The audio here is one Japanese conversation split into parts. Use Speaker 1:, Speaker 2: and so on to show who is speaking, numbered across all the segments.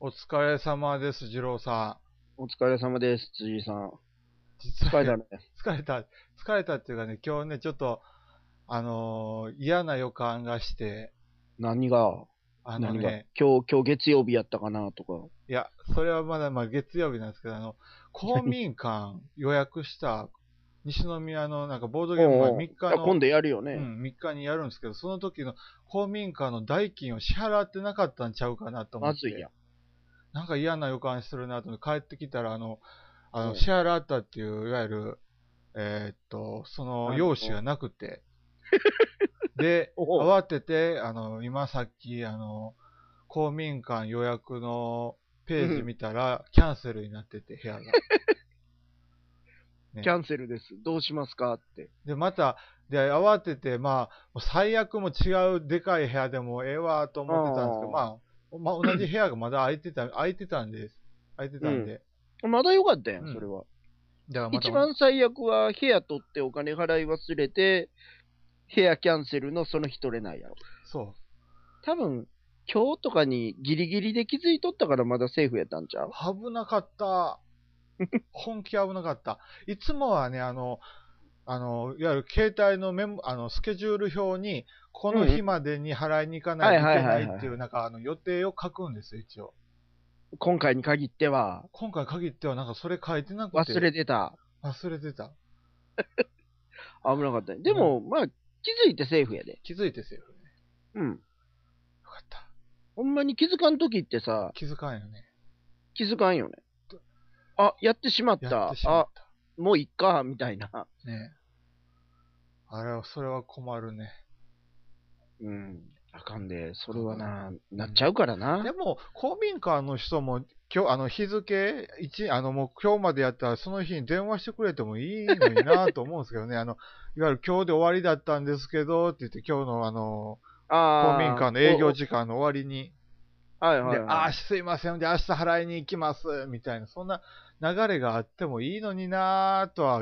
Speaker 1: お疲れ様です、二郎さ
Speaker 2: お疲れ様です、辻井さん。
Speaker 1: ん。実
Speaker 2: 疲
Speaker 1: は
Speaker 2: れたね。
Speaker 1: 疲れた、疲れたっていうかね、今日ね、ちょっと、あのー嫌な予感がして、
Speaker 2: 何が、
Speaker 1: あの
Speaker 2: 何が、
Speaker 1: ね、
Speaker 2: 今日、今日月曜日やったかなとか。
Speaker 1: いや、それはまだ、まあ、月曜日なんですけど、あの、公民館 予約した西宮のなんかボードゲームが
Speaker 2: おうおう
Speaker 1: 3
Speaker 2: い
Speaker 1: 日
Speaker 2: や
Speaker 1: の、
Speaker 2: 今度やるよね。
Speaker 1: うん、3日にやるんですけど、その時の公民館の代金を支払ってなかったんちゃうかなと思
Speaker 2: ま
Speaker 1: って。
Speaker 2: ずいや。
Speaker 1: なんか嫌な予感するなと思って帰ってきたら、あの、あ
Speaker 2: う
Speaker 1: の、
Speaker 2: ん
Speaker 1: 支払ったっていう、いわゆる、えーっと、その
Speaker 2: あ
Speaker 1: 用紙がなくて。で、
Speaker 2: おう
Speaker 1: 慌てて、あの、今さっき、あの、公民館予約のページ見たら、キャンセルになってて、部 屋が。ね
Speaker 2: キャンセルです。どうしますかって。
Speaker 1: で、また、で、慌てて、まあ、もう最悪も違うでかい部屋でもええわと思ってたんですけど、まあ、まあ、同じ部屋がまだ空いてた、空いてたんです。空いてたんで。
Speaker 2: まだよかったや、
Speaker 1: うんん
Speaker 2: それは。
Speaker 1: だからまた
Speaker 2: 一番最悪は、部屋取ってお金払い忘れて、部屋キャンセルのその日取れないやろ。
Speaker 1: そ
Speaker 2: 多分、今日とかにギリギリで気づいとったからまだセーフやったんちゃう
Speaker 1: う。危なか った。本気危なかった。いつもはね、あの、あの、いわゆる携帯のメモ、あの、スケジュール表に、この日までに払いに行かないといけないってい
Speaker 2: は
Speaker 1: う、なんか、あの、予定を書くんですよ、一応。
Speaker 2: 今回に限っては、
Speaker 1: 今回限っては、なんか、それ書いてなくて。
Speaker 2: 忘れてた。
Speaker 1: 忘れてた。
Speaker 2: 危なかったね。でも、まあ、気づいてセーフやで。
Speaker 1: 気づいてセーフね。
Speaker 2: うん。
Speaker 1: よかった。
Speaker 2: ほんまに気づかんときってさ、
Speaker 1: 気づかんよね。
Speaker 2: 気づかんよね。あ、やってしまった。
Speaker 1: やってしまっ
Speaker 2: あ、もういっか、みたいな。
Speaker 1: た。ねあれは、それは困るね。
Speaker 2: うん。あかんで、それはな、なっちゃうからな。
Speaker 1: でも、公民館の人も、今日、あの、日付、一、あの、もう今日までやったら、その日に電話してくれてもいいのになぁと思うんですけどね、あの、いわゆる今日で終わりだったんですけど、って言って、今日の、あの、
Speaker 2: あ
Speaker 1: 公民
Speaker 2: ー
Speaker 1: 館の営業時間の終わりに、
Speaker 2: おはい
Speaker 1: で、
Speaker 2: はい、
Speaker 1: あ
Speaker 2: は
Speaker 1: あ、
Speaker 2: い。
Speaker 1: すいません、で、明日払いに行きます、みたいな、そんな流れがあってもいいのになぁとは、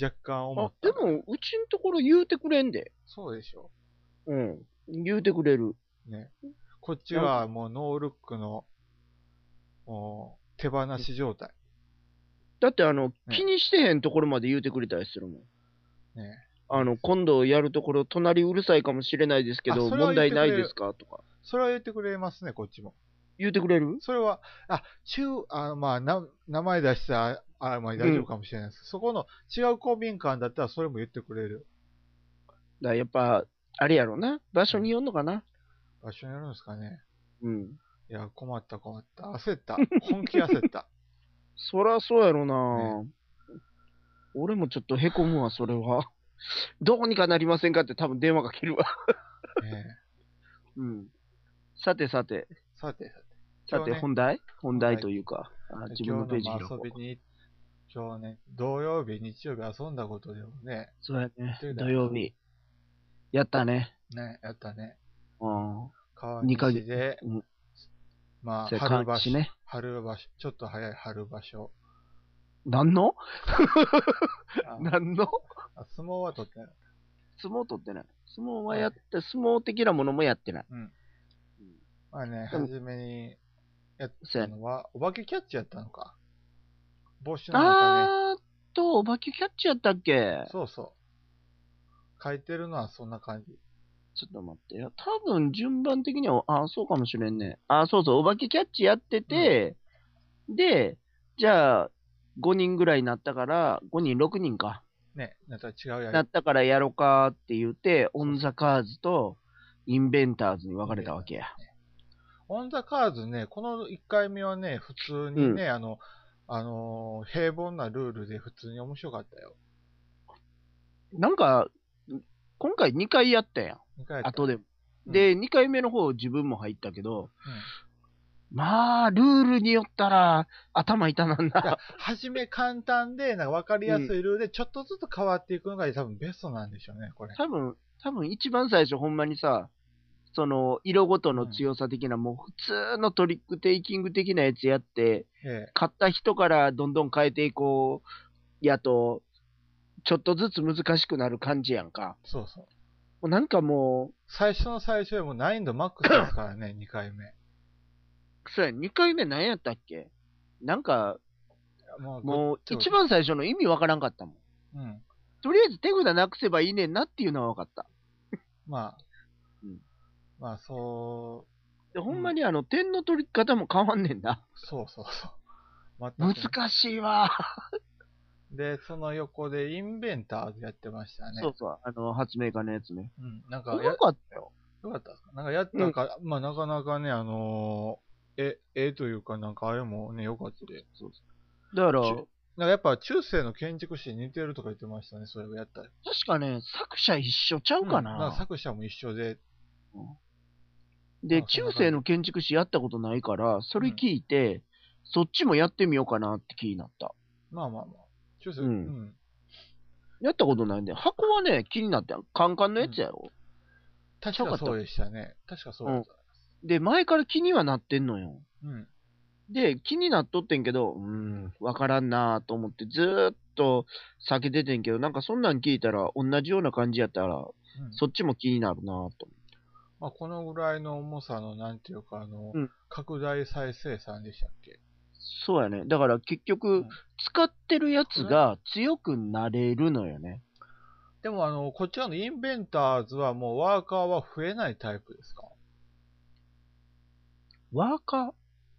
Speaker 1: 若干思
Speaker 2: あ
Speaker 1: っ、た。
Speaker 2: でも、うちのところ言うてくれんで。
Speaker 1: そうでしょ。
Speaker 2: うん。言うてくれる。
Speaker 1: ね。こっちはもうノールックの、もう、手放し状態。
Speaker 2: だって、あ
Speaker 1: う
Speaker 2: の、
Speaker 1: ん
Speaker 2: 気にしてへんところまで言うてくれたりするもん。
Speaker 1: ね。
Speaker 2: あの、今度やるところ、隣うるさいかもしれないですけ
Speaker 1: あ
Speaker 2: ど、
Speaker 1: それは
Speaker 2: 問
Speaker 1: 言っ
Speaker 2: 題
Speaker 1: てくれ
Speaker 2: な
Speaker 1: る
Speaker 2: いですかとか。
Speaker 1: それは言ってくれますね、こっちも。
Speaker 2: 言うてくれる
Speaker 1: それは、あ、中、あまあ、な名前出したら、あまあ、大丈夫かもしれないです、そこの違う公民館だったら、それも言ってくれる。
Speaker 2: だからやっぱ、あれやろな。場所によんのかな。
Speaker 1: 場所によるんですかね。
Speaker 2: うん。
Speaker 1: いや、困った、困った。焦っ た。本気焦った。
Speaker 2: そらそうやろな、俺もちょっとへこむわ、それは。 どうにかなりませんかって多分電話が来るわ。
Speaker 1: ね
Speaker 2: うん。さてさて、
Speaker 1: えさて、さて。今日
Speaker 2: さて
Speaker 1: ね
Speaker 2: 本題本
Speaker 1: 題
Speaker 2: 題というか、あ自分
Speaker 1: 今
Speaker 2: のページ
Speaker 1: 日
Speaker 2: 開
Speaker 1: の
Speaker 2: こ
Speaker 1: まあ遊
Speaker 2: う。
Speaker 1: びに、今日ね、土曜日、日曜日遊んだことでもね、
Speaker 2: そうやね
Speaker 1: という。の
Speaker 2: 土
Speaker 1: は
Speaker 2: 曜日。やったね。
Speaker 1: ね、やったね。
Speaker 2: うん。
Speaker 1: 川
Speaker 2: 二ヶ
Speaker 1: 西
Speaker 2: 月
Speaker 1: で、
Speaker 2: うん
Speaker 1: ま
Speaker 2: そ
Speaker 1: あ、
Speaker 2: れ
Speaker 1: 春場
Speaker 2: 川
Speaker 1: 所、
Speaker 2: 西ね
Speaker 1: 春場所、ちょっと早い春場所。
Speaker 2: 何の
Speaker 1: あ
Speaker 2: 何の
Speaker 1: あ相撲は取ってない。
Speaker 2: 相撲取ってない。相撲はやって、相撲的なものもやってない。
Speaker 1: まあね、
Speaker 2: でも
Speaker 1: 初めにやっ
Speaker 2: そう
Speaker 1: た
Speaker 2: やね。
Speaker 1: のは、お化けキャッチやったのか。帽子の中ね。
Speaker 2: あーっと、お化けキャッチやったっけ
Speaker 1: そうそう。書いてるのはそんな感じ。
Speaker 2: ちょっと待ってよ。多分順番的には、あ、そうかもしれんね。あ、そうそう、お化けキャッチやってて、で、じゃあ、5人ぐらいになったから、5人、6人か。
Speaker 1: ね、なんか違うやり
Speaker 2: なったからやろかって言って、
Speaker 1: う
Speaker 2: オンザカーズとインベンターズに分かれたわけや。
Speaker 1: オンザカーズね、この1回目はね、普通にね、あの、あのー平凡なルールで普通に面白かったよ。
Speaker 2: なんか、今回2回やったやん。
Speaker 1: 2回やった。
Speaker 2: 後でも。
Speaker 1: うん
Speaker 2: で、2回目の方自分も入ったけど、まあ、ルールによったら頭痛なん
Speaker 1: いや
Speaker 2: だ。
Speaker 1: 初め簡単で、なんか分かりやすいルールで、ちょっとずつ変わっていくのが多分ベストなんでしょうね、これ。
Speaker 2: 多分、多分一番最初ほんまにさ、その、色ごとの強さ的な、もう普通のトリックテイキング的なやつやって、
Speaker 1: ええ。
Speaker 2: 買った人からどんどん変えていこう、やと、ちょっとずつ難しくなる感じやんか。
Speaker 1: そうそう。
Speaker 2: もうなんかも
Speaker 1: 最初の最初でもう難易度マックスですからね、2回目。
Speaker 2: そうや、2回目何やったっけなんか、
Speaker 1: もうこ
Speaker 2: もう
Speaker 1: ちょっと
Speaker 2: 一番最初の意味わからんかったもん。
Speaker 1: うん。
Speaker 2: とりあえず手札なくせばいいねんなっていうのは分かった。
Speaker 1: まあ、
Speaker 2: うん
Speaker 1: まあ、そ
Speaker 2: でほんまにあの、点の取り方も変わんねんな。
Speaker 1: う、そうそうそう。 また
Speaker 2: 難しいわ。
Speaker 1: で、その横でインベンターズやってましたね。
Speaker 2: そうそう、あの、発明家のやつね。
Speaker 1: うん。なんか
Speaker 2: う
Speaker 1: や、
Speaker 2: ま
Speaker 1: よ
Speaker 2: かったよ。
Speaker 1: かったですかなんかやったか、まあ、なかなかね、あのーえ、えというか、なんかあれもね、よかったで。
Speaker 2: そうそうだから、
Speaker 1: ちゅ
Speaker 2: 確
Speaker 1: なんかやっぱ中世の建築士に似てるとか言ってましたね、それをやったら。
Speaker 2: かね、作者一緒ちゃうか
Speaker 1: うん
Speaker 2: な。
Speaker 1: 作者も一緒で。
Speaker 2: で、
Speaker 1: あそん
Speaker 2: 中
Speaker 1: な感じ
Speaker 2: 世の建築士やったことないから、それ聞いて、そっちもやってみようかなって気になった。
Speaker 1: まあまあまあ。中世、
Speaker 2: うん
Speaker 1: うん。
Speaker 2: やったことないんで、箱はね、気になったよ。カンカンのやつやろ。
Speaker 1: 確
Speaker 2: ちゃうか
Speaker 1: か
Speaker 2: った
Speaker 1: そうでしたね。確かそうだった。
Speaker 2: で、前から気にはなってんのよ。
Speaker 1: うん。
Speaker 2: で、気になっとってんけど、うーん、わからんなーと思って、ずーっと避けててんけど、なんかそんなん聞いたら、同じような感じやったら、
Speaker 1: うん
Speaker 2: そっちも気になるなーと。
Speaker 1: まあ、このぐらいの重さの、なんていうか、あの、
Speaker 2: うん
Speaker 1: 拡大再生産でしたっけ
Speaker 2: そうやね。だから結局、
Speaker 1: うん
Speaker 2: 使ってるやつが強くなれるのよね。
Speaker 1: でも、あの、こちらのインベンターズはもうワーカーは増えないタイプですか
Speaker 2: ワーカー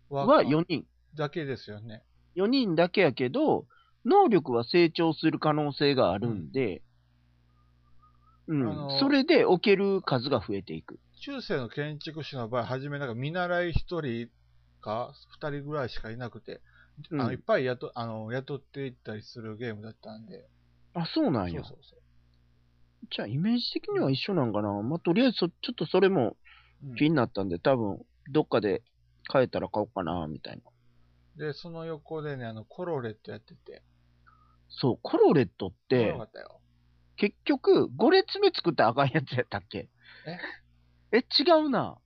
Speaker 1: ワー
Speaker 2: は
Speaker 1: カー
Speaker 2: 4人。
Speaker 1: だけですよね。
Speaker 2: 4人だけやけど、能力は成長する可能性があるんで、うん、
Speaker 1: あの
Speaker 2: それで置ける数が増えていく。
Speaker 1: 中世の建築士の場合、はじめなんか見習い1人か2人ぐらいしかいなくて、
Speaker 2: うん
Speaker 1: あのいっぱい雇あの雇っていったりするゲームだったんで、
Speaker 2: あ、そうなん
Speaker 1: そ
Speaker 2: や
Speaker 1: う。そうそう。
Speaker 2: じゃあ、イメージ的には一緒なんかな。まあ、とりあえずそ、ちょっとそれも
Speaker 1: うん
Speaker 2: 気になったんで、多分、どっかで変えたら買おうかな、みたいな。
Speaker 1: で、その横でね、あのコロレットやってて、
Speaker 2: そう、コロレットっ
Speaker 1: 面
Speaker 2: て
Speaker 1: 白か、ったよ。
Speaker 2: 結局、5列目作ったらあかんやつやったっけえ違うな。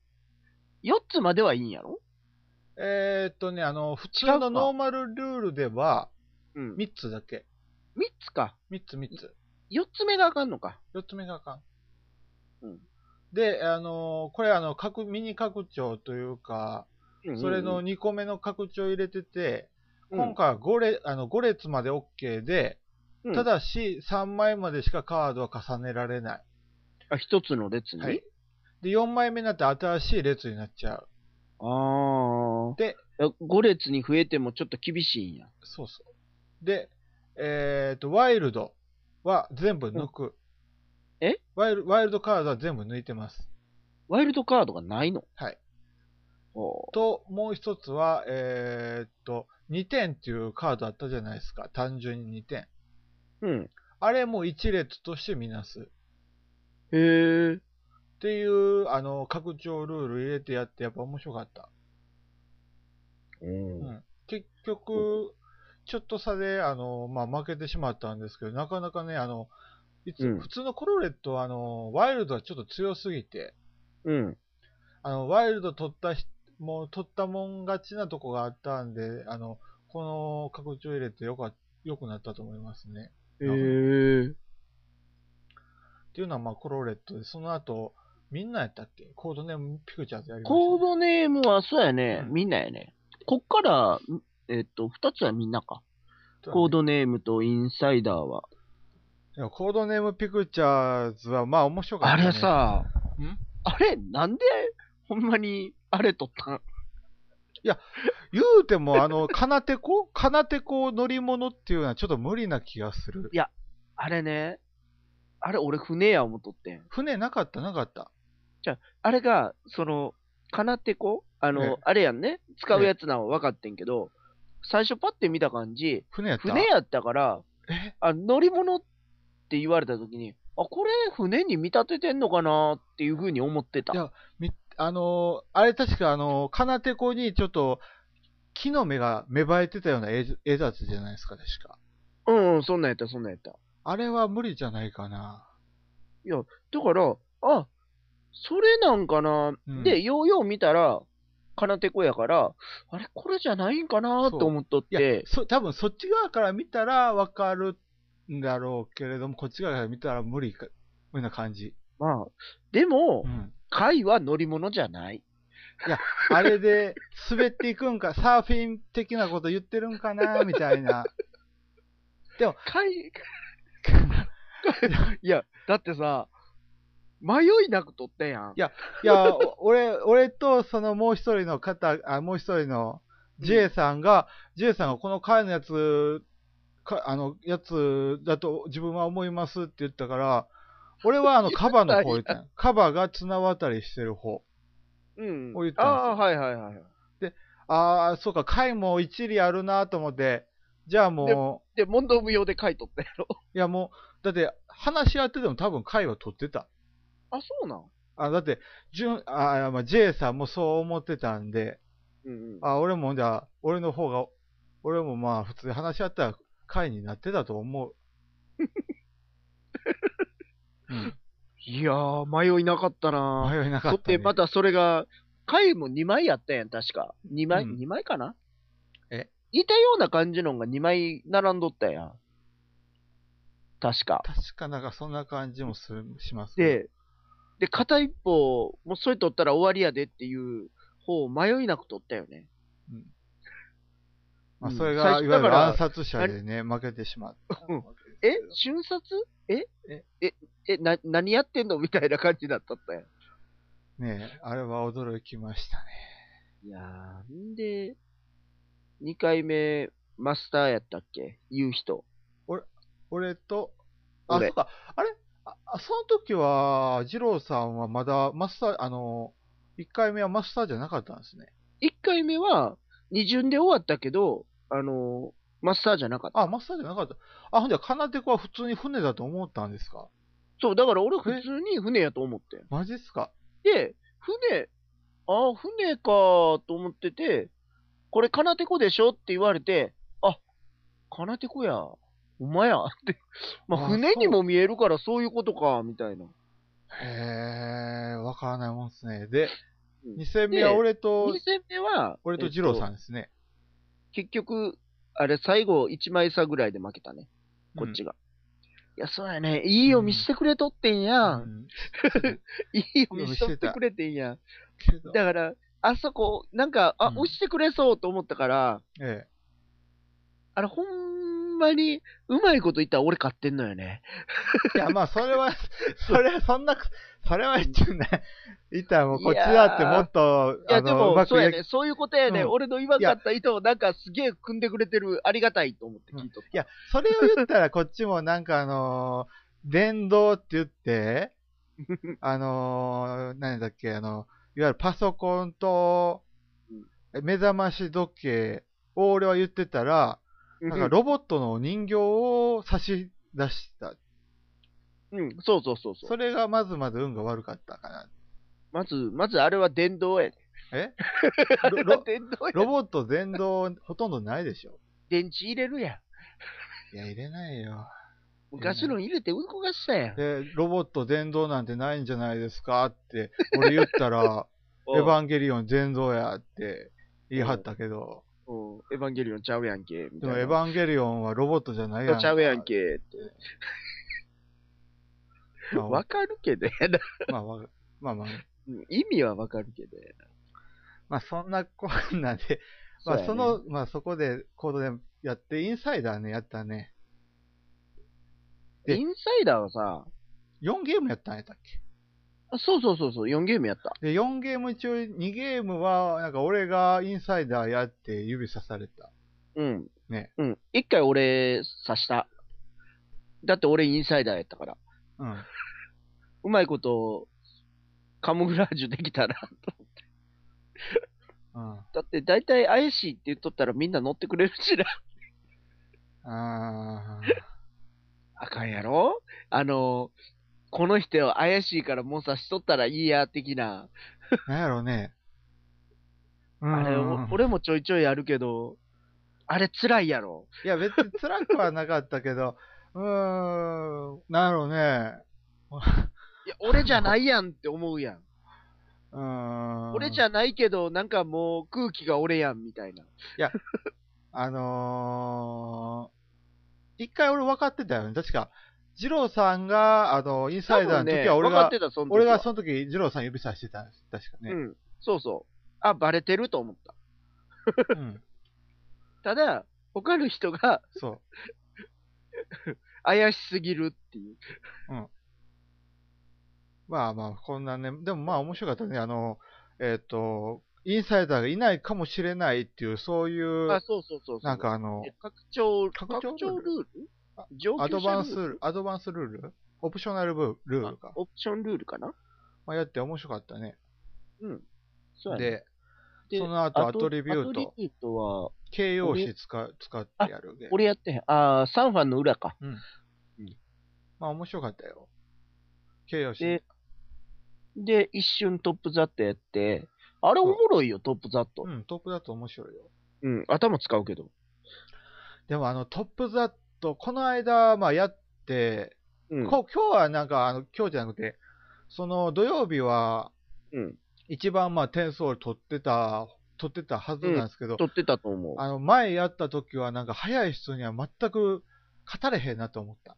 Speaker 2: 4つまではいいんやろ
Speaker 1: えー、っとね、あの、普通
Speaker 2: 違うか
Speaker 1: のノーマルルールでは、
Speaker 2: うん3
Speaker 1: 3つだけ。
Speaker 2: つか。
Speaker 1: 3つ3つ。
Speaker 2: 4つ目があかんのか。
Speaker 1: 4つ目があかん。
Speaker 2: うん
Speaker 1: で、あのこれ、あの、拡ミニ拡張というか、それの、2個目の拡張入れてて、今回は 5, 列あの5列まで OK で、
Speaker 2: 回
Speaker 1: た、だし3枚までしかカードは重ねられな
Speaker 2: あ、1つの列
Speaker 1: い。
Speaker 2: に、
Speaker 1: はい、で、4枚目になって新しい列になっちゃう。
Speaker 2: ああ。
Speaker 1: で、
Speaker 2: 5列に増えてもちょっと厳しいんや。
Speaker 1: そうそう。で、えっと、ワイルドは全部抜く。
Speaker 2: うんえ
Speaker 1: ワイルワイルドカードは全部抜いてます。
Speaker 2: ワイルドカードがないの。
Speaker 1: はい。
Speaker 2: ほ
Speaker 1: と、もう一つは、えっと、2点っていうカードあったじゃないですか。単純に2点。
Speaker 2: ううん。
Speaker 1: あれも1列としてみなす。
Speaker 2: へえ。
Speaker 1: っていう、あの、拡張ルール入れてやって、やっぱ面白かった。
Speaker 2: うん
Speaker 1: うん。結局、ちょっと差で、あの、まあ、負けてしまったんですけど、なかなかね、あの、いつ、
Speaker 2: うん
Speaker 1: 普通のコロレットは、あの、ワイルドはちょっと強すぎて、
Speaker 2: うん。
Speaker 1: あの、ワイルド取ったひ、もう取ったもん勝ちなとこがあったんで、あの、この拡張入れてよかっ、良くなったと思いますね。
Speaker 2: へえ。
Speaker 1: っていうのは、まあ、コロレットで、その後、みんなやったっけコードネームピクチャーズやりましたね、
Speaker 2: コードネームはそうやね。
Speaker 1: うん
Speaker 2: みんなやね。こっから、んえっと、2つはみんなか。
Speaker 1: ド
Speaker 2: コードネームとインサイダーは。
Speaker 1: いや、コードネームピクチャーズは、まあ面白か
Speaker 2: あ
Speaker 1: った、ね。
Speaker 2: れ、さ、
Speaker 1: ん
Speaker 2: あれ、なんで、ほんまに、あれ取ったん
Speaker 1: 言うても、あの、 かなてこかなてこ乗り物っていうのはちょっと無理な気がする
Speaker 2: い。やあれね、あれ、俺、船や思っとってん。
Speaker 1: 船なかった、なかった。
Speaker 2: あれが、その、かなってこあの、
Speaker 1: ええ
Speaker 2: あれやんね。使うやつなのは分かってんけど、最初パッて見た感じ、
Speaker 1: 船やった
Speaker 2: 船やったから、
Speaker 1: え
Speaker 2: あ乗り物って言われたときに、あ、これ船に見立ててんのかなっていうふうに思ってた。
Speaker 1: いやみあのー、あれ確か、あのー、かなてこにちょっと、木の芽が芽生えてたような絵ず絵だつじゃないですか、確か。
Speaker 2: うん、うん、そんなんやった、そんなんやった。
Speaker 1: あれは無理じゃないかな。
Speaker 2: だから、あ、それなんかな、
Speaker 1: うん
Speaker 2: で、ようよう見たら、かなてこやから、あれ、これじゃないんかな
Speaker 1: そう
Speaker 2: と思っとっ
Speaker 1: いや
Speaker 2: て、、
Speaker 1: そ多分そっち側から見たらわかるんだろうけれども、こっち側から見たら無理か、無理な感じ。
Speaker 2: まあ、でも
Speaker 1: う、ん。
Speaker 2: 貝は乗り物じゃない。
Speaker 1: あれで滑っていくんか、サーフィン的なこと言ってるんかな、みたいな。
Speaker 2: かい、いや、だってさ、迷いなく撮ったやん。
Speaker 1: いや、お俺、俺とそのもう一人の方、あもう一人の J さんが、J さんがこの回のやつ、かあの、やつだと自分は思いますって言ったから、俺はあのカバの方言ったんやカバが綱渡りしてる方。
Speaker 2: うん
Speaker 1: こう言ったんですよ
Speaker 2: ああー、はいはいはい。
Speaker 1: ああ、そうか、回も一理あるなと思って、じゃあも
Speaker 2: で、問答無用で書いとったやろ。
Speaker 1: う、いやもう、だって話し合ってても多分回は取ってた。
Speaker 2: あ、そうなん
Speaker 1: あだって、じゅんあまあ J さんもそう思ってたんで、
Speaker 2: うんうん。
Speaker 1: あ、俺もじゃあ、俺の方が、俺もまあ普通に話し合ったら会になってたと思 う。うん、
Speaker 2: いやー、迷いなかったな
Speaker 1: 迷いなか
Speaker 2: そ
Speaker 1: っ、
Speaker 2: った
Speaker 1: ね。
Speaker 2: て、またそれが、回も2枚やったやん、確か。2枚、
Speaker 1: うん
Speaker 2: 二枚かな
Speaker 1: え
Speaker 2: 似たような感じのんが2枚並んどったやん。確か。
Speaker 1: 確かなんかそんな感じもするします、ね。
Speaker 2: で、で、片一方、もうそれ取ったら終わりやでっていう方を迷いなく取ったよね。
Speaker 1: まあ、
Speaker 2: うん
Speaker 1: それが、
Speaker 2: 最初
Speaker 1: いわゆ
Speaker 2: だ
Speaker 1: る
Speaker 2: から
Speaker 1: 暗殺者でね、負けてしまった。
Speaker 2: うんえ瞬殺ええええな、何やってんのみたいな感じだったったやん。
Speaker 1: ねえあれは驚きましたね。
Speaker 2: いやー、んで、2回目、マスターやったっけ言う人。
Speaker 1: 俺と、あ、
Speaker 2: 俺
Speaker 1: そうか、あれああその時は、二郎さんはまだマスター、あの、1回目はマスターじゃなかったんですね。
Speaker 2: 1回目は2巡で終わったけど、あのーマスターじゃなかった。
Speaker 1: あ、マスターじゃなかった。あ、ほんじゃ、かなてこは普通に船だと思ったんですか
Speaker 2: そう、だから俺普通に船やと思って。
Speaker 1: マジっすか
Speaker 2: で、船、ああ、船かと思ってて、これ、かなてこでしょって言われて、あ、かなてこや、お前やって、まあ、
Speaker 1: あ
Speaker 2: 船に
Speaker 1: そ
Speaker 2: も見えるからそういうことか、みたいな。
Speaker 1: へえ、わからないもんですね。で
Speaker 2: うん、
Speaker 1: 2戦目は俺と
Speaker 2: 2、戦目は、
Speaker 1: 俺と二郎さ
Speaker 2: えっ
Speaker 1: んですね。
Speaker 2: と結局、あれ、最後、1枚差ぐらいで負けたね、こっち
Speaker 1: が。
Speaker 2: が。いや、そうやね。いいよ、見してくれとってんやん。
Speaker 1: うん
Speaker 2: いいよ、見しとってくれてんやん。
Speaker 1: けど
Speaker 2: だから、あそこ、なんか、あ、
Speaker 1: うん
Speaker 2: 押してくれそうと思ったから、
Speaker 1: ええ。
Speaker 2: あれ、ほんまに、うまいこと言ったら俺買ってんのよね。
Speaker 1: いや、まあ、それ は、それはそんな、それは言っちゃうね。いったらもうこっちだってもっと、
Speaker 2: いや、
Speaker 1: あ
Speaker 2: で
Speaker 1: の、うま
Speaker 2: も、
Speaker 1: く
Speaker 2: そうや
Speaker 1: や
Speaker 2: ね。そういうことやね。
Speaker 1: うん
Speaker 2: 俺の言わんかった意図を、なんか、すげえ組んでくれてる、ありがたいと思って聞いとった。
Speaker 1: いや、それを言ったら、こっちもなんかあのー電動って言っ て、あのー何だっけ、あの、いわゆるパソコンと目覚まし時計を俺は言ってたら、なんかロボットの人形を差し出した。
Speaker 2: うん、そうそうそうそう。
Speaker 1: それがまずまず運が悪かったかな。
Speaker 2: まず、まず、あれは電動やね。
Speaker 1: え
Speaker 2: あ
Speaker 1: ロ
Speaker 2: れは
Speaker 1: ロ
Speaker 2: 電動や
Speaker 1: ロボット電動ほとんどないでしょ。
Speaker 2: 電池入れるやん。
Speaker 1: いや、入れないよ。
Speaker 2: 昔の入れて動かしたやん。
Speaker 1: で、ロボット電動なんてないんじゃないですかって、俺言った ら、エヴァンゲリオン全蔵やって言い張ったけど、
Speaker 2: うんエヴァンゲリオンちゃうやんけ。み
Speaker 1: で
Speaker 2: たい
Speaker 1: も
Speaker 2: な
Speaker 1: エヴァンゲリオンはロボットじゃないやん。
Speaker 2: ちゃうやんけ。
Speaker 1: ま
Speaker 2: わ
Speaker 1: あ、
Speaker 2: かるけどや な。
Speaker 1: まあ、わまあ、まあ、
Speaker 2: うん意味はわかるけどやな。
Speaker 1: まあ、そんなこんな で、まあ、
Speaker 2: うやね
Speaker 1: その、まあ、そこで、コードでやって、インサイダーね、やったね。で
Speaker 2: インサイダーはさ、
Speaker 1: 4ゲームやったんやったっ
Speaker 2: あそうそうそうそう、4ゲームやった。
Speaker 1: けで、4ゲーム中、2ゲームは、なんか俺がインサイダーやって指さされた。
Speaker 2: うん。
Speaker 1: ね。
Speaker 2: うん。一回俺、刺した。だって俺インサイダーやったから。
Speaker 1: うん。
Speaker 2: うまいこと、カモフラージュできたら。
Speaker 1: うん。
Speaker 2: だって大体怪しいって言っとったらみんな乗ってくれるしな。
Speaker 1: あ
Speaker 2: あかんやろあの、この人は怪しいからもう刺しとったらいいや、的な。
Speaker 1: ー、なんやろうね。うん
Speaker 2: あれ、お俺もちょいちょいやるけど、あれ辛いやろ。
Speaker 1: いや、別に辛くはなかったけど、 うーん、なるほどね。
Speaker 2: いや、俺じゃないやんって思うやん。
Speaker 1: うーん。
Speaker 2: 俺じゃないけど、なんかもう空気が俺やんみたいな。
Speaker 1: あのー、一回俺分かってたよね。確か、二郎さんが、あの、インサイダーの時は俺
Speaker 2: 多分ね分か
Speaker 1: が、
Speaker 2: ってた、その時は
Speaker 1: 俺がその時、二郎さん指さしてたんです。確かね。
Speaker 2: うん。そうそあ、バレてると思った。
Speaker 1: うん。
Speaker 2: ただ、他の人が
Speaker 1: そ
Speaker 2: 怪しすぎるっていう。
Speaker 1: う。まあまあ、こんなね、でもまあ面白かったね。あの、えっ、と、インサイダーがいないかもしれないっていう、そういう
Speaker 2: あ、、そうそうそうそう。
Speaker 1: なんかあの、
Speaker 2: え、拡張、
Speaker 1: 拡張
Speaker 2: 拡張
Speaker 1: ルール
Speaker 2: ルール上級者
Speaker 1: アドバンス
Speaker 2: ルー
Speaker 1: ルール、アドバンスルールオプショナルブルール
Speaker 2: ル
Speaker 1: か
Speaker 2: あ。オプションルールかな
Speaker 1: まあ、やって面白かったね。
Speaker 2: うん。そうやね
Speaker 1: で、
Speaker 2: で
Speaker 1: その後アトリビュート
Speaker 2: アトリビュートは、
Speaker 1: 形容詞使う使ってやるゲーム。
Speaker 2: 俺やってへん。ああ、サンファンの裏か。
Speaker 1: まあ面白かったよ。形容詞
Speaker 2: で。で、一瞬トップザットやって、あれおもろいよ、トップザット
Speaker 1: う。ん、トップだと面白いよ。
Speaker 2: うん、頭使うけど。
Speaker 1: でもあのトップザット、この間、まあやって、
Speaker 2: うん。
Speaker 1: こ今日はなんか、あの今日じゃなくて、その土曜日は
Speaker 2: うん。
Speaker 1: 一番まあ点数を取ってた、取ってたはずなんですけど、
Speaker 2: 撮ってたと思う。
Speaker 1: あの前やった時はなんか早い人には全く語れへんなと思った。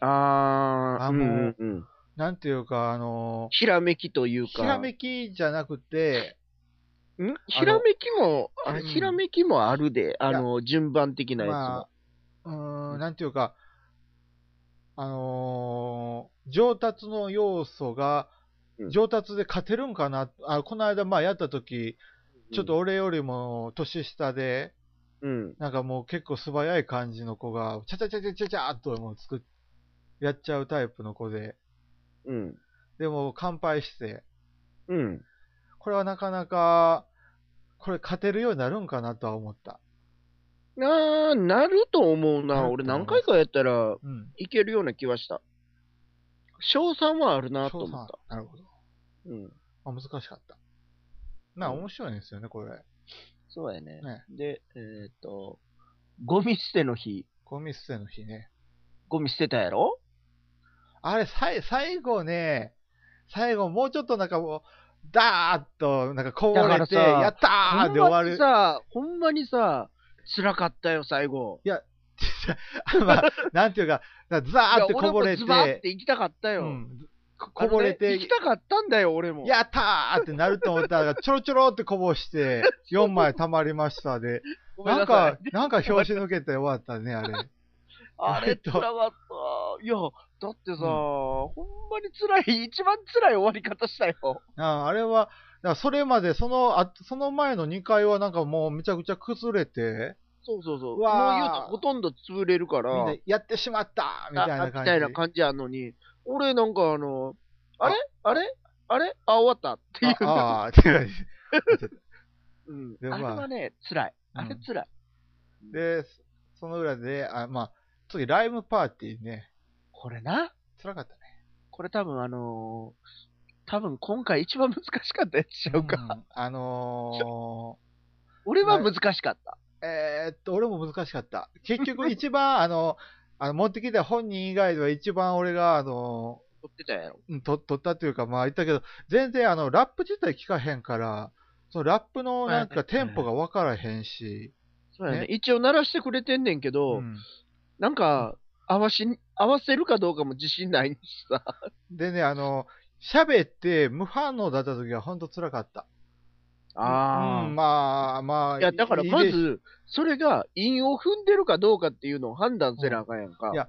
Speaker 2: ああ
Speaker 1: あ
Speaker 2: ー、うん
Speaker 1: もう
Speaker 2: うんうん。
Speaker 1: なんていうか、あの
Speaker 2: ひらめきという
Speaker 1: ひ
Speaker 2: か。
Speaker 1: らめきじゃなくて、
Speaker 2: んひらめきも、
Speaker 1: あ
Speaker 2: あ
Speaker 1: のうん
Speaker 2: ひらめきもあるで、あの、順番的なやつも。
Speaker 1: まあ、うーん、なんていうか、あのー上達の要素が
Speaker 2: う、ん
Speaker 1: 上達で勝てるんかな、あこの間、まあ、やった時
Speaker 2: うん
Speaker 1: ちょっと、俺よりも年下で、
Speaker 2: うん。
Speaker 1: なんかもう結構素早い感じの子が、ちゃちゃちゃちゃちゃちゃっともう作っやっちゃうタイプの子で、
Speaker 2: うん。
Speaker 1: でも乾杯して、
Speaker 2: うん。
Speaker 1: これはなかなか、これ勝てるようになるんかなとは思った。
Speaker 2: あー、なると思
Speaker 1: な
Speaker 2: う
Speaker 1: る
Speaker 2: な。
Speaker 1: と
Speaker 2: 俺何回かやったら
Speaker 1: うん。
Speaker 2: いけるような気はした。賞賛はあるなと
Speaker 1: 翔さ
Speaker 2: 思
Speaker 1: ん
Speaker 2: った。
Speaker 1: なるほど。
Speaker 2: うん。
Speaker 1: まあ、難しかった。なあ、
Speaker 2: うん
Speaker 1: 面白いんですよね、これ。
Speaker 2: そうやね。
Speaker 1: ね
Speaker 2: で、えっ、と、ゴミ捨ての日、
Speaker 1: ゴミ捨ての日ね。
Speaker 2: ゴミ捨てたやろ
Speaker 1: あれ、さい最後ね、最後、もうちょっとなんかもう、ダーッと、なんかこぼれて、
Speaker 2: だからさ
Speaker 1: やったーで終わ
Speaker 2: ほんまに
Speaker 1: る。
Speaker 2: さ、ほんまにさ、辛かったよ、最後。
Speaker 1: まあ、なんていうか、だザーって
Speaker 2: いや
Speaker 1: こぼれ、
Speaker 2: 俺もズバってて行きたかった
Speaker 1: う
Speaker 2: よ。
Speaker 1: ん、ここぼれ
Speaker 2: あの
Speaker 1: て
Speaker 2: ね行、きたかったんだよ、俺も。
Speaker 1: やったーってなると思ったら、ちょろちょろってこぼして、4枚溜まりましたで、
Speaker 2: ごめん
Speaker 1: なん
Speaker 2: なさい
Speaker 1: か、なんか表紙抜けて終わったね、あれ。
Speaker 2: あ
Speaker 1: えっ
Speaker 2: れ、
Speaker 1: と
Speaker 2: 辛かった。いや、だってさ、ほんまに辛い、一番辛い終わり方したよ。
Speaker 1: ああれは、だからそれまで、その、あその前の2回はなんかもうめちゃくちゃ崩れて、
Speaker 2: そうそうそう。
Speaker 1: う
Speaker 2: もう
Speaker 1: わ
Speaker 2: 言
Speaker 1: ー
Speaker 2: うたらほとんど潰れるから、
Speaker 1: みんなやってしまったみたい
Speaker 2: あ
Speaker 1: な
Speaker 2: み
Speaker 1: 感じ。
Speaker 2: たいな感じやのに、俺なんかあの、あれあれあれあ、終わったっていう。
Speaker 1: ああー、っていう感じ
Speaker 2: うん
Speaker 1: でまあ
Speaker 2: あれはね、辛い。
Speaker 1: うん
Speaker 2: あれ辛い。
Speaker 1: で、その裏で、あまあ、次、ライムパーティーね。
Speaker 2: これな、
Speaker 1: 辛かったね。
Speaker 2: これ多分あのー多分今回一番難しかったやつちゃうか。
Speaker 1: うんあの
Speaker 2: 俺は難しかった。
Speaker 1: ー、えーっと、俺も難しかった。結局、一番、あの、あの持ってきた本人以外では一番俺が、あの
Speaker 2: 撮ってたやろ。
Speaker 1: うんと取ったというか、まあ言ったけど、全然あの、ラップ自体聞かへんから、そのラップのなん
Speaker 2: は
Speaker 1: か
Speaker 2: いは
Speaker 1: テ
Speaker 2: い
Speaker 1: ンポが分からへんし、
Speaker 2: そうやね
Speaker 1: ね
Speaker 2: 一応鳴らしてくれてんねんけ
Speaker 1: う
Speaker 2: ど、
Speaker 1: ん
Speaker 2: なんか、合わし、合わせるかどうかも自信ないしさ。
Speaker 1: でね、あの、喋って無反応だった時は本当辛かった。うん、
Speaker 2: あ
Speaker 1: まあ、まあ。
Speaker 2: いや、だから
Speaker 1: いい
Speaker 2: ま
Speaker 1: です
Speaker 2: ず、それが韻を踏んでるかどうかっていうのを判断せなあかんやんか。
Speaker 1: うんいや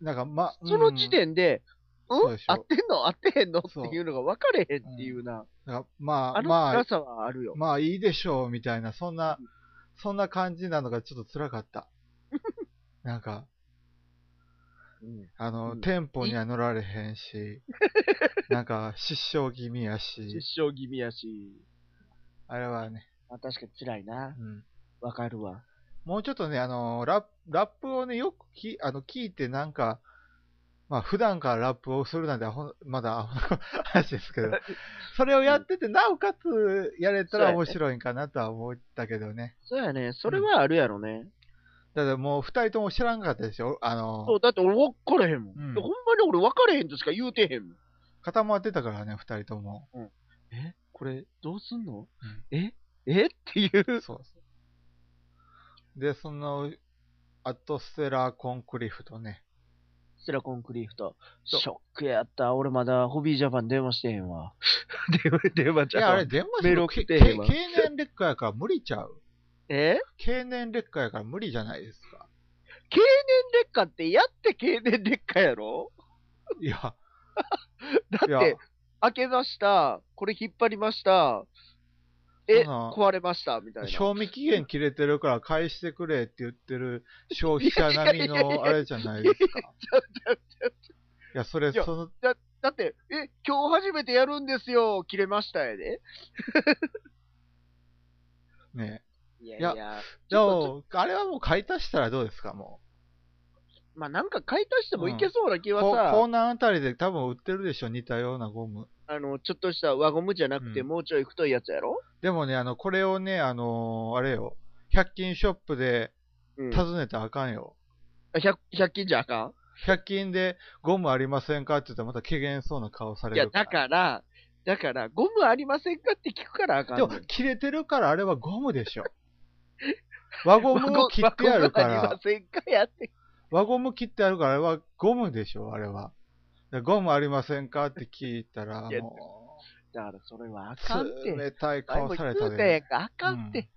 Speaker 1: なんか、まあ、
Speaker 2: その時
Speaker 1: うん
Speaker 2: 点で、
Speaker 1: そう
Speaker 2: うん
Speaker 1: でしょ
Speaker 2: 合ってんの合ってへんのって
Speaker 1: そう
Speaker 2: いうのが分かれへんっていうな。
Speaker 1: なんかまあ、
Speaker 2: あの
Speaker 1: まあ
Speaker 2: 辛、さはあるよ。
Speaker 1: まあいいでしょうみたいな、そんな、そんな感じなのがちょっと辛か った。なんか、
Speaker 2: うん
Speaker 1: あの、
Speaker 2: うん
Speaker 1: テンポには乗られへん し、なんか、失笑気味や
Speaker 2: 失
Speaker 1: し、
Speaker 2: 笑気味やし。
Speaker 1: あれはね、
Speaker 2: あ確かに辛いな
Speaker 1: う。ん
Speaker 2: 分かるわ。
Speaker 1: もうちょっとね、あの、ラップラップをね、よくきあの聞いて、なんか、まあ、普段からラップをするなんてアホ、まだアホな 話ですけど、それをやってて、なおかつやれたら面白いんかなとは思ったけどね。
Speaker 2: そうやね。それはあるやろね。
Speaker 1: ただもう、二人とも知らんかったでしょあの
Speaker 2: そう、、だって俺分かれへんもん。
Speaker 1: うん
Speaker 2: ほんまに俺分かれへんとしか言うてへんもん。
Speaker 1: 固まってたからね、二人と も。
Speaker 2: えこれどうすんの、ええっていう。
Speaker 1: そうそう。で、その、アトステラ・コンクリフトね。
Speaker 2: ステラコンクリフト。
Speaker 1: そう
Speaker 2: ショックやった。俺まだホビージャパン電話してへんわ。電話、電話
Speaker 1: い
Speaker 2: ち
Speaker 1: や、あ
Speaker 2: ゃうわ
Speaker 1: れ、電話
Speaker 2: メー
Speaker 1: し
Speaker 2: ル
Speaker 1: ろ。
Speaker 2: 送
Speaker 1: け
Speaker 2: って
Speaker 1: け
Speaker 2: へんわ
Speaker 1: 経年劣化やから無理ちゃう。
Speaker 2: え
Speaker 1: 経年劣化やから無理じゃないです か。
Speaker 2: 経年劣化ってやって経年劣化やろ
Speaker 1: いや、
Speaker 2: だ
Speaker 1: いや
Speaker 2: って、開けました。これ引っ張りました。え、
Speaker 1: その
Speaker 2: 壊れました。みたいな。
Speaker 1: 賞味期限切れてるから返してくれって言ってる消費者並み
Speaker 2: いやいやいやい
Speaker 1: の
Speaker 2: や
Speaker 1: あれじゃないですか。いや、それ、
Speaker 2: いや
Speaker 1: その、
Speaker 2: だって、え、今日初めてやるんですよ。切れましたやで。
Speaker 1: ね。
Speaker 2: い
Speaker 1: いや
Speaker 2: や。
Speaker 1: でも、あれはもう買い足したらどうですか、も
Speaker 2: まあなんか買い足してもいけそうな気
Speaker 1: う。
Speaker 2: は
Speaker 1: こう
Speaker 2: さ、
Speaker 1: 江南あたりで多分売ってるでしょ、似たようなゴム。
Speaker 2: あの、ちょっとした輪ゴムじゃなくて、
Speaker 1: うん
Speaker 2: もうちょい太いやつやろ、
Speaker 1: でもね、あの、これをね、あのーあれよ、100均ショップで
Speaker 2: うん、あ
Speaker 1: 尋ねたらあかんよ。
Speaker 2: 100, 100均じゃあか
Speaker 1: 100均でゴムありませんかって言ったらまた機嫌そうな顔さ
Speaker 2: ん
Speaker 1: れ
Speaker 2: いや、
Speaker 1: るから。
Speaker 2: だから、だから、ゴムありませんかって聞くからあかん
Speaker 1: で
Speaker 2: ねん。
Speaker 1: も、切れてるからあれはゴムで しょ。輪ゴムを切ってあるか
Speaker 2: 輪ゴムあり
Speaker 1: ら
Speaker 2: ま、せんかやって。
Speaker 1: 輪ゴム切ってあるからあれはゴムでしょ、あれは。でゴムありませんかって聞いたら、
Speaker 2: いや
Speaker 1: も
Speaker 2: だからそれはあかん
Speaker 1: う、
Speaker 2: って。
Speaker 1: 冷たい顔された
Speaker 2: あもう言うてんや
Speaker 1: で。
Speaker 2: んかあかんって。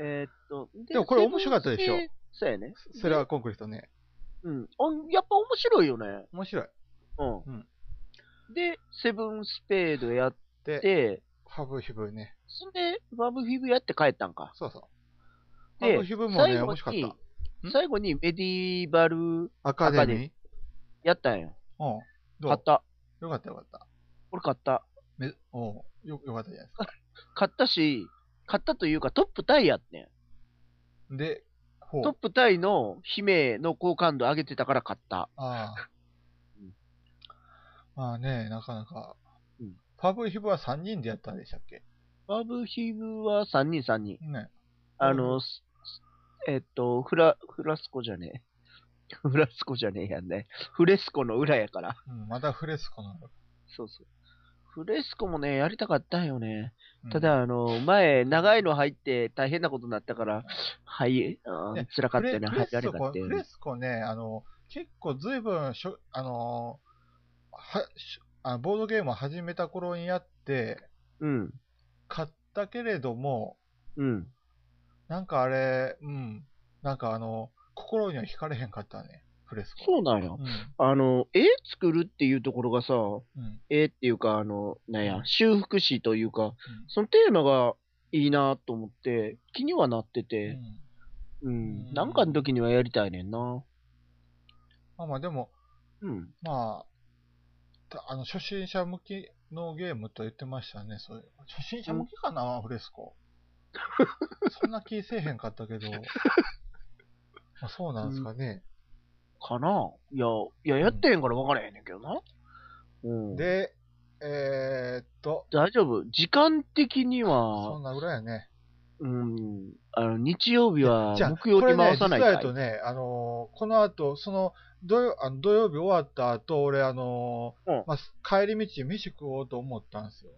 Speaker 2: えーっと、で
Speaker 1: でもこれ面白かったでしょ。
Speaker 2: そうやね。
Speaker 1: それはコンクリートね。
Speaker 2: うん。おやっぱ面白いよね。
Speaker 1: 面白い。
Speaker 2: うん。
Speaker 1: うん
Speaker 2: で、セブンスペードやっ
Speaker 1: で、
Speaker 2: て、
Speaker 1: ファブヒブね。
Speaker 2: そんで、バブフィブやって帰ったんか。
Speaker 1: そうそう。フ
Speaker 2: で
Speaker 1: ァブヒブもね、
Speaker 2: 最後に
Speaker 1: 面白かっん
Speaker 2: 最後にメディバル
Speaker 1: た。アカデミー
Speaker 2: やったんよ。
Speaker 1: うん。どう
Speaker 2: 買った。
Speaker 1: よかったよかった。
Speaker 2: 俺買った。
Speaker 1: めうん。よよかったじゃないです か。
Speaker 2: 買ったし、買ったというかトップタイやってん。
Speaker 1: で、ほ
Speaker 2: トッ
Speaker 1: う。
Speaker 2: プタイの姫の好感度上げてたから買った。
Speaker 1: ああ
Speaker 2: うん。
Speaker 1: まあね、なかなか。
Speaker 2: うん
Speaker 1: ファブヒブは3人でやったんでしたっけ
Speaker 2: バブヒブは3人3人。
Speaker 1: ね。
Speaker 2: あ
Speaker 1: う
Speaker 2: の、すすえっと、フラ、フラスコじゃねえ。 フラスコじゃねえやんね。フレスコの裏やから。
Speaker 1: うん、まだフレスコなの。
Speaker 2: そうそう。フレスコもね、やりたかったんよね。
Speaker 1: うん
Speaker 2: た、だ、あの、前、長いの入って大変なことになったから、はい、あー
Speaker 1: ね
Speaker 2: 辛かったな、
Speaker 1: フ
Speaker 2: 入
Speaker 1: レフレ
Speaker 2: られ
Speaker 1: ス
Speaker 2: かっ
Speaker 1: コ、
Speaker 2: たよ
Speaker 1: フ
Speaker 2: ね
Speaker 1: レスコね、あの、結構ずいぶんしょ、あのー、はしあボードゲームを始めた頃にやって、
Speaker 2: うん、
Speaker 1: 買ったけれども、
Speaker 2: うん。
Speaker 1: なんかあれ、うん、なんかあの、心には惹かれへんかったね、フレスコ。
Speaker 2: そうなんや。
Speaker 1: うん、
Speaker 2: あの、絵作るっていうところがさ、
Speaker 1: うん、
Speaker 2: 絵っていうか、あの、なんや、修復師というか、
Speaker 1: ん
Speaker 2: そのテーマがいいなと思って、気にはなって
Speaker 1: う
Speaker 2: て、
Speaker 1: ん。
Speaker 2: うん、
Speaker 1: うん
Speaker 2: なんかの時にはやりたいねんな。
Speaker 1: まあまあ、でも、
Speaker 2: うん。
Speaker 1: まあ、たあの初心者向きのゲームと言ってましたね、そういう。初心者向きかな、フレス コ。そんな気せえへんかったけど。まあ、そうなんですかね。
Speaker 2: かないや、いや、やってへんから分からへんねんけどな。うん。
Speaker 1: で、えー、っと、
Speaker 2: 大丈夫。時間的に
Speaker 1: そ
Speaker 2: は、
Speaker 1: んなぐらいやね。
Speaker 2: うん、あの、日曜日は
Speaker 1: じゃあ、
Speaker 2: 木曜
Speaker 1: これ
Speaker 2: に
Speaker 1: ね、
Speaker 2: 回
Speaker 1: 実
Speaker 2: さない
Speaker 1: は
Speaker 2: か
Speaker 1: や
Speaker 2: い
Speaker 1: とね、あのーこの後、その土曜あの土曜日終わった後、俺、あのー
Speaker 2: うん
Speaker 1: まあ、帰り道、飯食おうと思ったんですよ。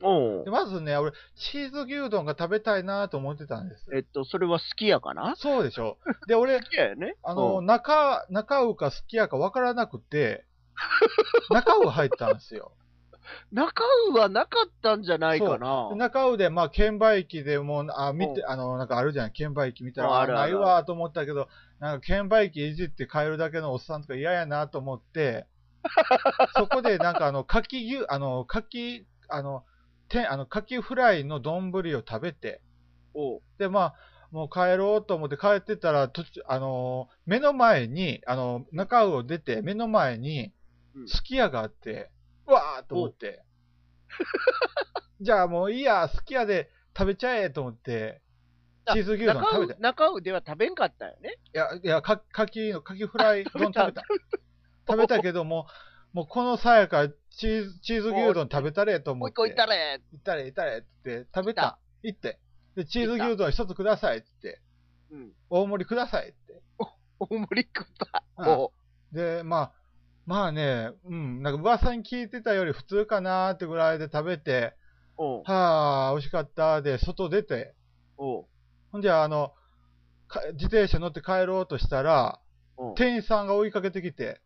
Speaker 2: おう
Speaker 1: でまずね、俺、チーズ牛丼が食べたいなと思ってたんですよ
Speaker 2: えっと、それは好きやかな
Speaker 1: そうでしょ。で、俺
Speaker 2: 好、きやよね。
Speaker 1: あの、中、中尾か好きやか分からなくて、中尾入ったんです よ。
Speaker 2: うん、中尾はなかったんじゃないかな
Speaker 1: で。中尾で、まあ、券売機でもう、あ、見て、あの、なんかあるじゃん、券売機見た
Speaker 2: うん
Speaker 1: ら、
Speaker 2: あ
Speaker 1: あ
Speaker 2: るあ
Speaker 1: ない
Speaker 2: る
Speaker 1: わと思ったけど、なんか券売機いじって買えるだけのおっさんとか嫌やなと思 って、そこでなんかあの、柿牛、あの、柿、あの、てあの柿フライの丼を食べて、
Speaker 2: おう
Speaker 1: で、まあ、もう帰ろうと思って帰ってたら、途中、あのー目の前に、あのー中尾を出て、目の前に
Speaker 2: うん、
Speaker 1: すき家があって、うわーと思って。 じゃあもういいや、すき家で食べちゃえと思って、
Speaker 2: あ
Speaker 1: チーズ牛丼
Speaker 2: 中
Speaker 1: 食
Speaker 2: 尾
Speaker 1: べた。い
Speaker 2: 中尾では食べんかったよね。
Speaker 1: や、いや、か、かきの、かきフライ丼食べ
Speaker 2: あ食べ
Speaker 1: た。食べたけども、もうこのさやからチーズ、チーズ牛丼食べたれと思
Speaker 2: もう
Speaker 1: っ
Speaker 2: 一
Speaker 1: て。
Speaker 2: 個いたれ。
Speaker 1: 行ったれ、行ったれって食べ。
Speaker 2: 行った
Speaker 1: 行って。で、チーズ牛丼一つくださいって。
Speaker 2: うん。
Speaker 1: 大盛りくださいって。
Speaker 2: 大盛り食った。
Speaker 1: うん
Speaker 2: おう
Speaker 1: で、まあ、まあね、うん、なんか噂に聞いてたより普通かなーってぐらいで食べて、
Speaker 2: おう
Speaker 1: はあ、美味しかったで、外出て、
Speaker 2: おう
Speaker 1: ほんじゃ、あの、か自転車乗って帰ろうとしたら、
Speaker 2: うん
Speaker 1: 店員さんが追いかけてきて、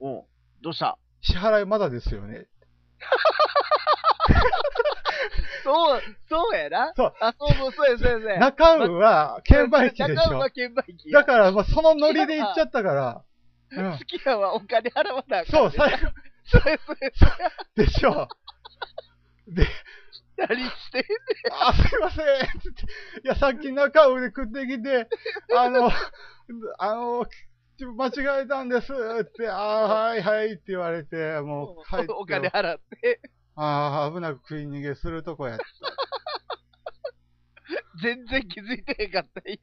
Speaker 2: うん。どうした
Speaker 1: 支払いまだですよね。
Speaker 2: そう、そうやな。
Speaker 1: そう。
Speaker 2: あ、そうそう、そうや、そうや、そうや。
Speaker 1: 中運は券売機でし
Speaker 2: 中
Speaker 1: ょ
Speaker 2: は。券売機や。
Speaker 1: だから、まあ、そのノリで行っちゃったから、うん
Speaker 2: 好、きやわ、お金払わなあ
Speaker 1: そ
Speaker 2: かん
Speaker 1: う、
Speaker 2: ね
Speaker 1: 最後
Speaker 2: そうや、そうや、そうや。
Speaker 1: でしょ。で、
Speaker 2: 何してん
Speaker 1: あ、すいませんつっていや、さっき中を食ってき て、あの、あの、ちょ間違えたんですって、あーはいはいって言われて、もう帰って、
Speaker 2: お金払って、
Speaker 1: ああ、危なく食い逃げするとこやった。
Speaker 2: 全然気づいてへんかったんや。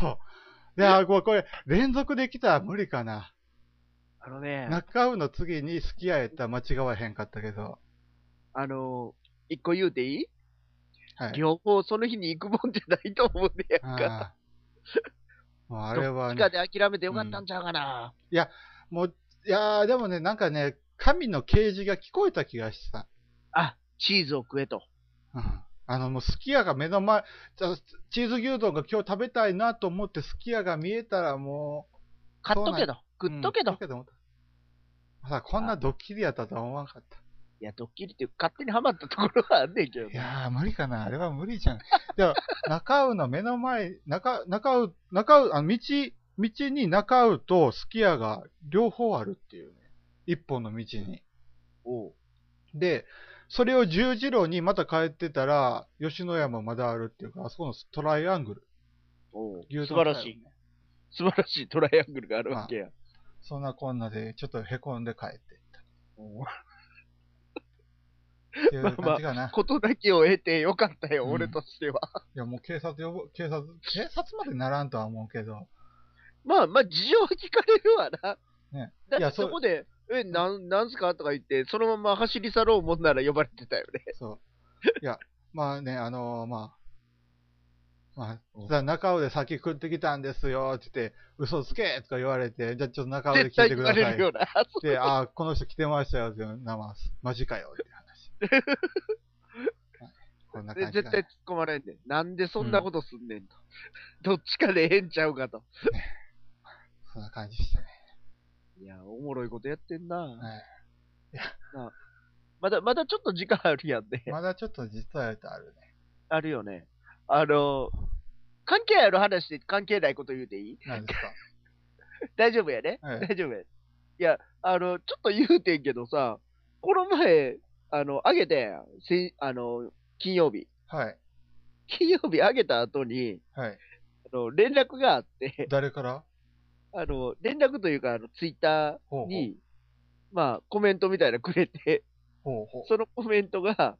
Speaker 1: そう。いや、これ、これ連続できたら無理かな。
Speaker 2: あのね、
Speaker 1: 中尾の次に好きややったら間違わへんかったけど。
Speaker 2: あのー、一個言うていい、
Speaker 1: はい。
Speaker 2: 両方その日に行くもんじゃないと思うねやんか。
Speaker 1: あーもうあれは
Speaker 2: どっ
Speaker 1: ね
Speaker 2: ち。かで諦めてよかったんちゃうかな。
Speaker 1: もう、いやーでもね、なんかね、神の啓示が聞こえた気がした。
Speaker 2: あ、チーズを食えと。
Speaker 1: うんあの、もう、すき家が目の前、じゃチーズ牛丼が今日食べたいなと思って、すき家が見えたらもう、
Speaker 2: 買っとけど、
Speaker 1: う
Speaker 2: 食
Speaker 1: ん
Speaker 2: っとけど。い
Speaker 1: 食っとけど思った。まさかこんなドッキリやったとは思わなかった。
Speaker 2: や、ドッキリっていうか勝手にハマったところはあんねんけど
Speaker 1: い。やー、無理かな。あれは無理じゃん。でも、 中尾の目の前、中、中尾、中尾、あの、道、道に中尾とすき家が両方あるっていうね。一本の道に。
Speaker 2: おう
Speaker 1: で、それを十字路にまた帰ってたら、吉野山まだあるっていうか、あそこのトライアングル。
Speaker 2: おう
Speaker 1: 牛
Speaker 2: 素
Speaker 1: 丼だよ
Speaker 2: 晴
Speaker 1: ね
Speaker 2: らしい。素晴らしいトライアングルがあるわけや。
Speaker 1: そんなこんなで、ちょっとへこんで帰ってっ
Speaker 2: おう
Speaker 1: た。ってい う感じかな。
Speaker 2: ことだけを得てよかったよ、
Speaker 1: うん
Speaker 2: 俺としては。
Speaker 1: いや、もう警察呼ぼ、警察、警察までならんとは思うけど。
Speaker 2: まあまあ、事情は聞かれるわな。
Speaker 1: ねい
Speaker 2: だ
Speaker 1: や
Speaker 2: って
Speaker 1: そう
Speaker 2: そこで、え、なん、なんすかとか言って、そのまま走り去ろうもんなら呼ばれてたよね。
Speaker 1: そう。いや、まあね、あのーまあ、まあ、さ中尾で先食ってきたんですよって言って、嘘つけとか言われて、じゃあちょっと中尾で
Speaker 2: 絶
Speaker 1: 聞い
Speaker 2: 対
Speaker 1: てく
Speaker 2: 言
Speaker 1: だ
Speaker 2: わ
Speaker 1: さい
Speaker 2: れるような。
Speaker 1: って、ああ、この人来てましたよっていうのは、マジかよって話。はいこんな
Speaker 2: で
Speaker 1: 感じ
Speaker 2: 絶
Speaker 1: か
Speaker 2: 対
Speaker 1: な
Speaker 2: 突っ込まれんねん。なんでそんなことすんねんと。どっちかでええんちゃうかと。
Speaker 1: そんな感じでしたね。
Speaker 2: いや、おもろいことやってんな。
Speaker 1: はい
Speaker 2: まだ、まだちょっと時間あるやんね。
Speaker 1: まだちょっと実はやつあるね。
Speaker 2: あるよね。あの、関係ある話で関係ないこと言うていい
Speaker 1: 何ですか
Speaker 2: 大丈夫やね、
Speaker 1: はい
Speaker 2: 大丈夫や。いや、あの、ちょっと言うてんけどさ、この前、あの、あげたやん。せあの、金曜日。
Speaker 1: はい。
Speaker 2: 金曜日あげた後に、
Speaker 1: はい。
Speaker 2: あの、連絡があって、
Speaker 1: 誰から
Speaker 2: あの、連絡というか、あの、ツイッタ
Speaker 1: ほう
Speaker 2: ーに、まあ、コメントみたいなのくれて、
Speaker 1: ほうほうほう。
Speaker 2: そのコメントが、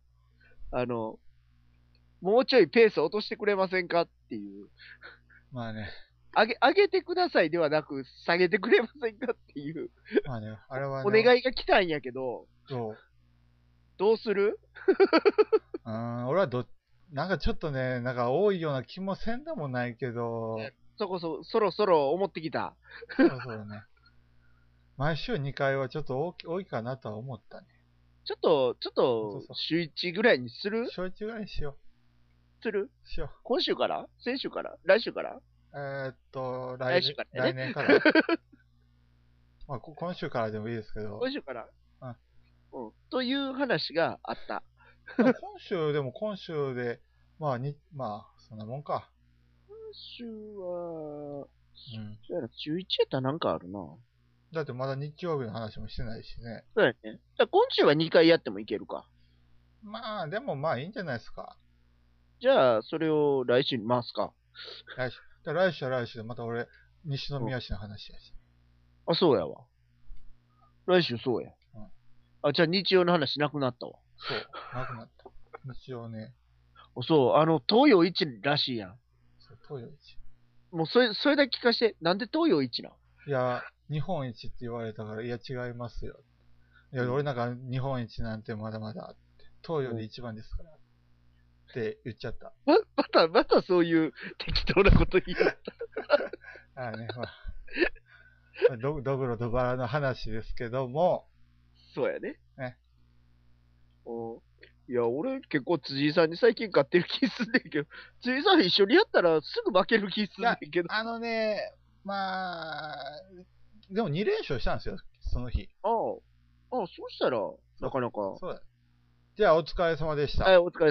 Speaker 2: あの、もうちょいペース落としてくれませんかっていう。
Speaker 1: まあね、
Speaker 2: 上げ、上げてくださいではなく、下げてくれませんかっていう、
Speaker 1: まあね、あれはね、
Speaker 2: お願いが来たんやけど、
Speaker 1: そう。
Speaker 2: どうする
Speaker 1: うーん、俺はど、なんかちょっとね、なんか多いような気もせんでもないけど、
Speaker 2: そこそ、そろそろ思ってきた。
Speaker 1: そろそろね。毎週2回はちょっと多き多いかなとは思ったね。
Speaker 2: ちょっと、ちょっ
Speaker 1: そう
Speaker 2: と
Speaker 1: そう、
Speaker 2: 週1ぐらいにする
Speaker 1: 小中ぐらいにしよ
Speaker 2: する
Speaker 1: う。しよう。
Speaker 2: 今週から先週から来週から
Speaker 1: えーっと、
Speaker 2: 来
Speaker 1: 来年
Speaker 2: 週からね
Speaker 1: 来年 から。まあ、こ今週からでもいいですけど、
Speaker 2: 今週から
Speaker 1: うん
Speaker 2: うん。という話があった。
Speaker 1: でも今週でも今週で、まあ、にまあ、そんなもんか。
Speaker 2: 今週は、
Speaker 1: うん。
Speaker 2: そうやな週1やったらなんかあるな。
Speaker 1: だってまだ日曜日の話もしてないしね。
Speaker 2: そうやね。じゃあ今週は2回やってもいけるか。
Speaker 1: まあ、でもまあいいんじゃないですか。
Speaker 2: じゃあ、それを来週に回すか。
Speaker 1: 来週。だから来週は来週で、また俺、西宮市の話やし。
Speaker 2: あ、そうやわ。来週そうや。
Speaker 1: うん
Speaker 2: あ、じゃあ日曜の話なくなったわ。
Speaker 1: そう。なくなった。日曜ね、
Speaker 2: あそう、あの、東洋一らしいやん。
Speaker 1: そう東洋一。
Speaker 2: もうそれ、それだけ聞かして、なんで東洋一なん
Speaker 1: いや、日本一って言われたから、いや、違いますよ。いや、俺なんか日本一なんてまだまだって、東洋で一番ですから。って言っちゃった。
Speaker 2: ま、また、またそういう 適当なこと言う。
Speaker 1: あーね、まあ、まあ ど、どぐろとバラの話ですけども、
Speaker 2: そうやね。
Speaker 1: ね
Speaker 2: おいや、俺結構辻井さんに最近勝ってる気すんねんけど、 辻井さん一緒にやったらすぐ負ける気すんねんけど、
Speaker 1: あのね、まあ、でも2連勝したんですよ、その日。
Speaker 2: ああ、ああ、そうしたら、なかなか。
Speaker 1: そうだ。じゃあ、お疲れ様でした。
Speaker 2: はい、お疲れ様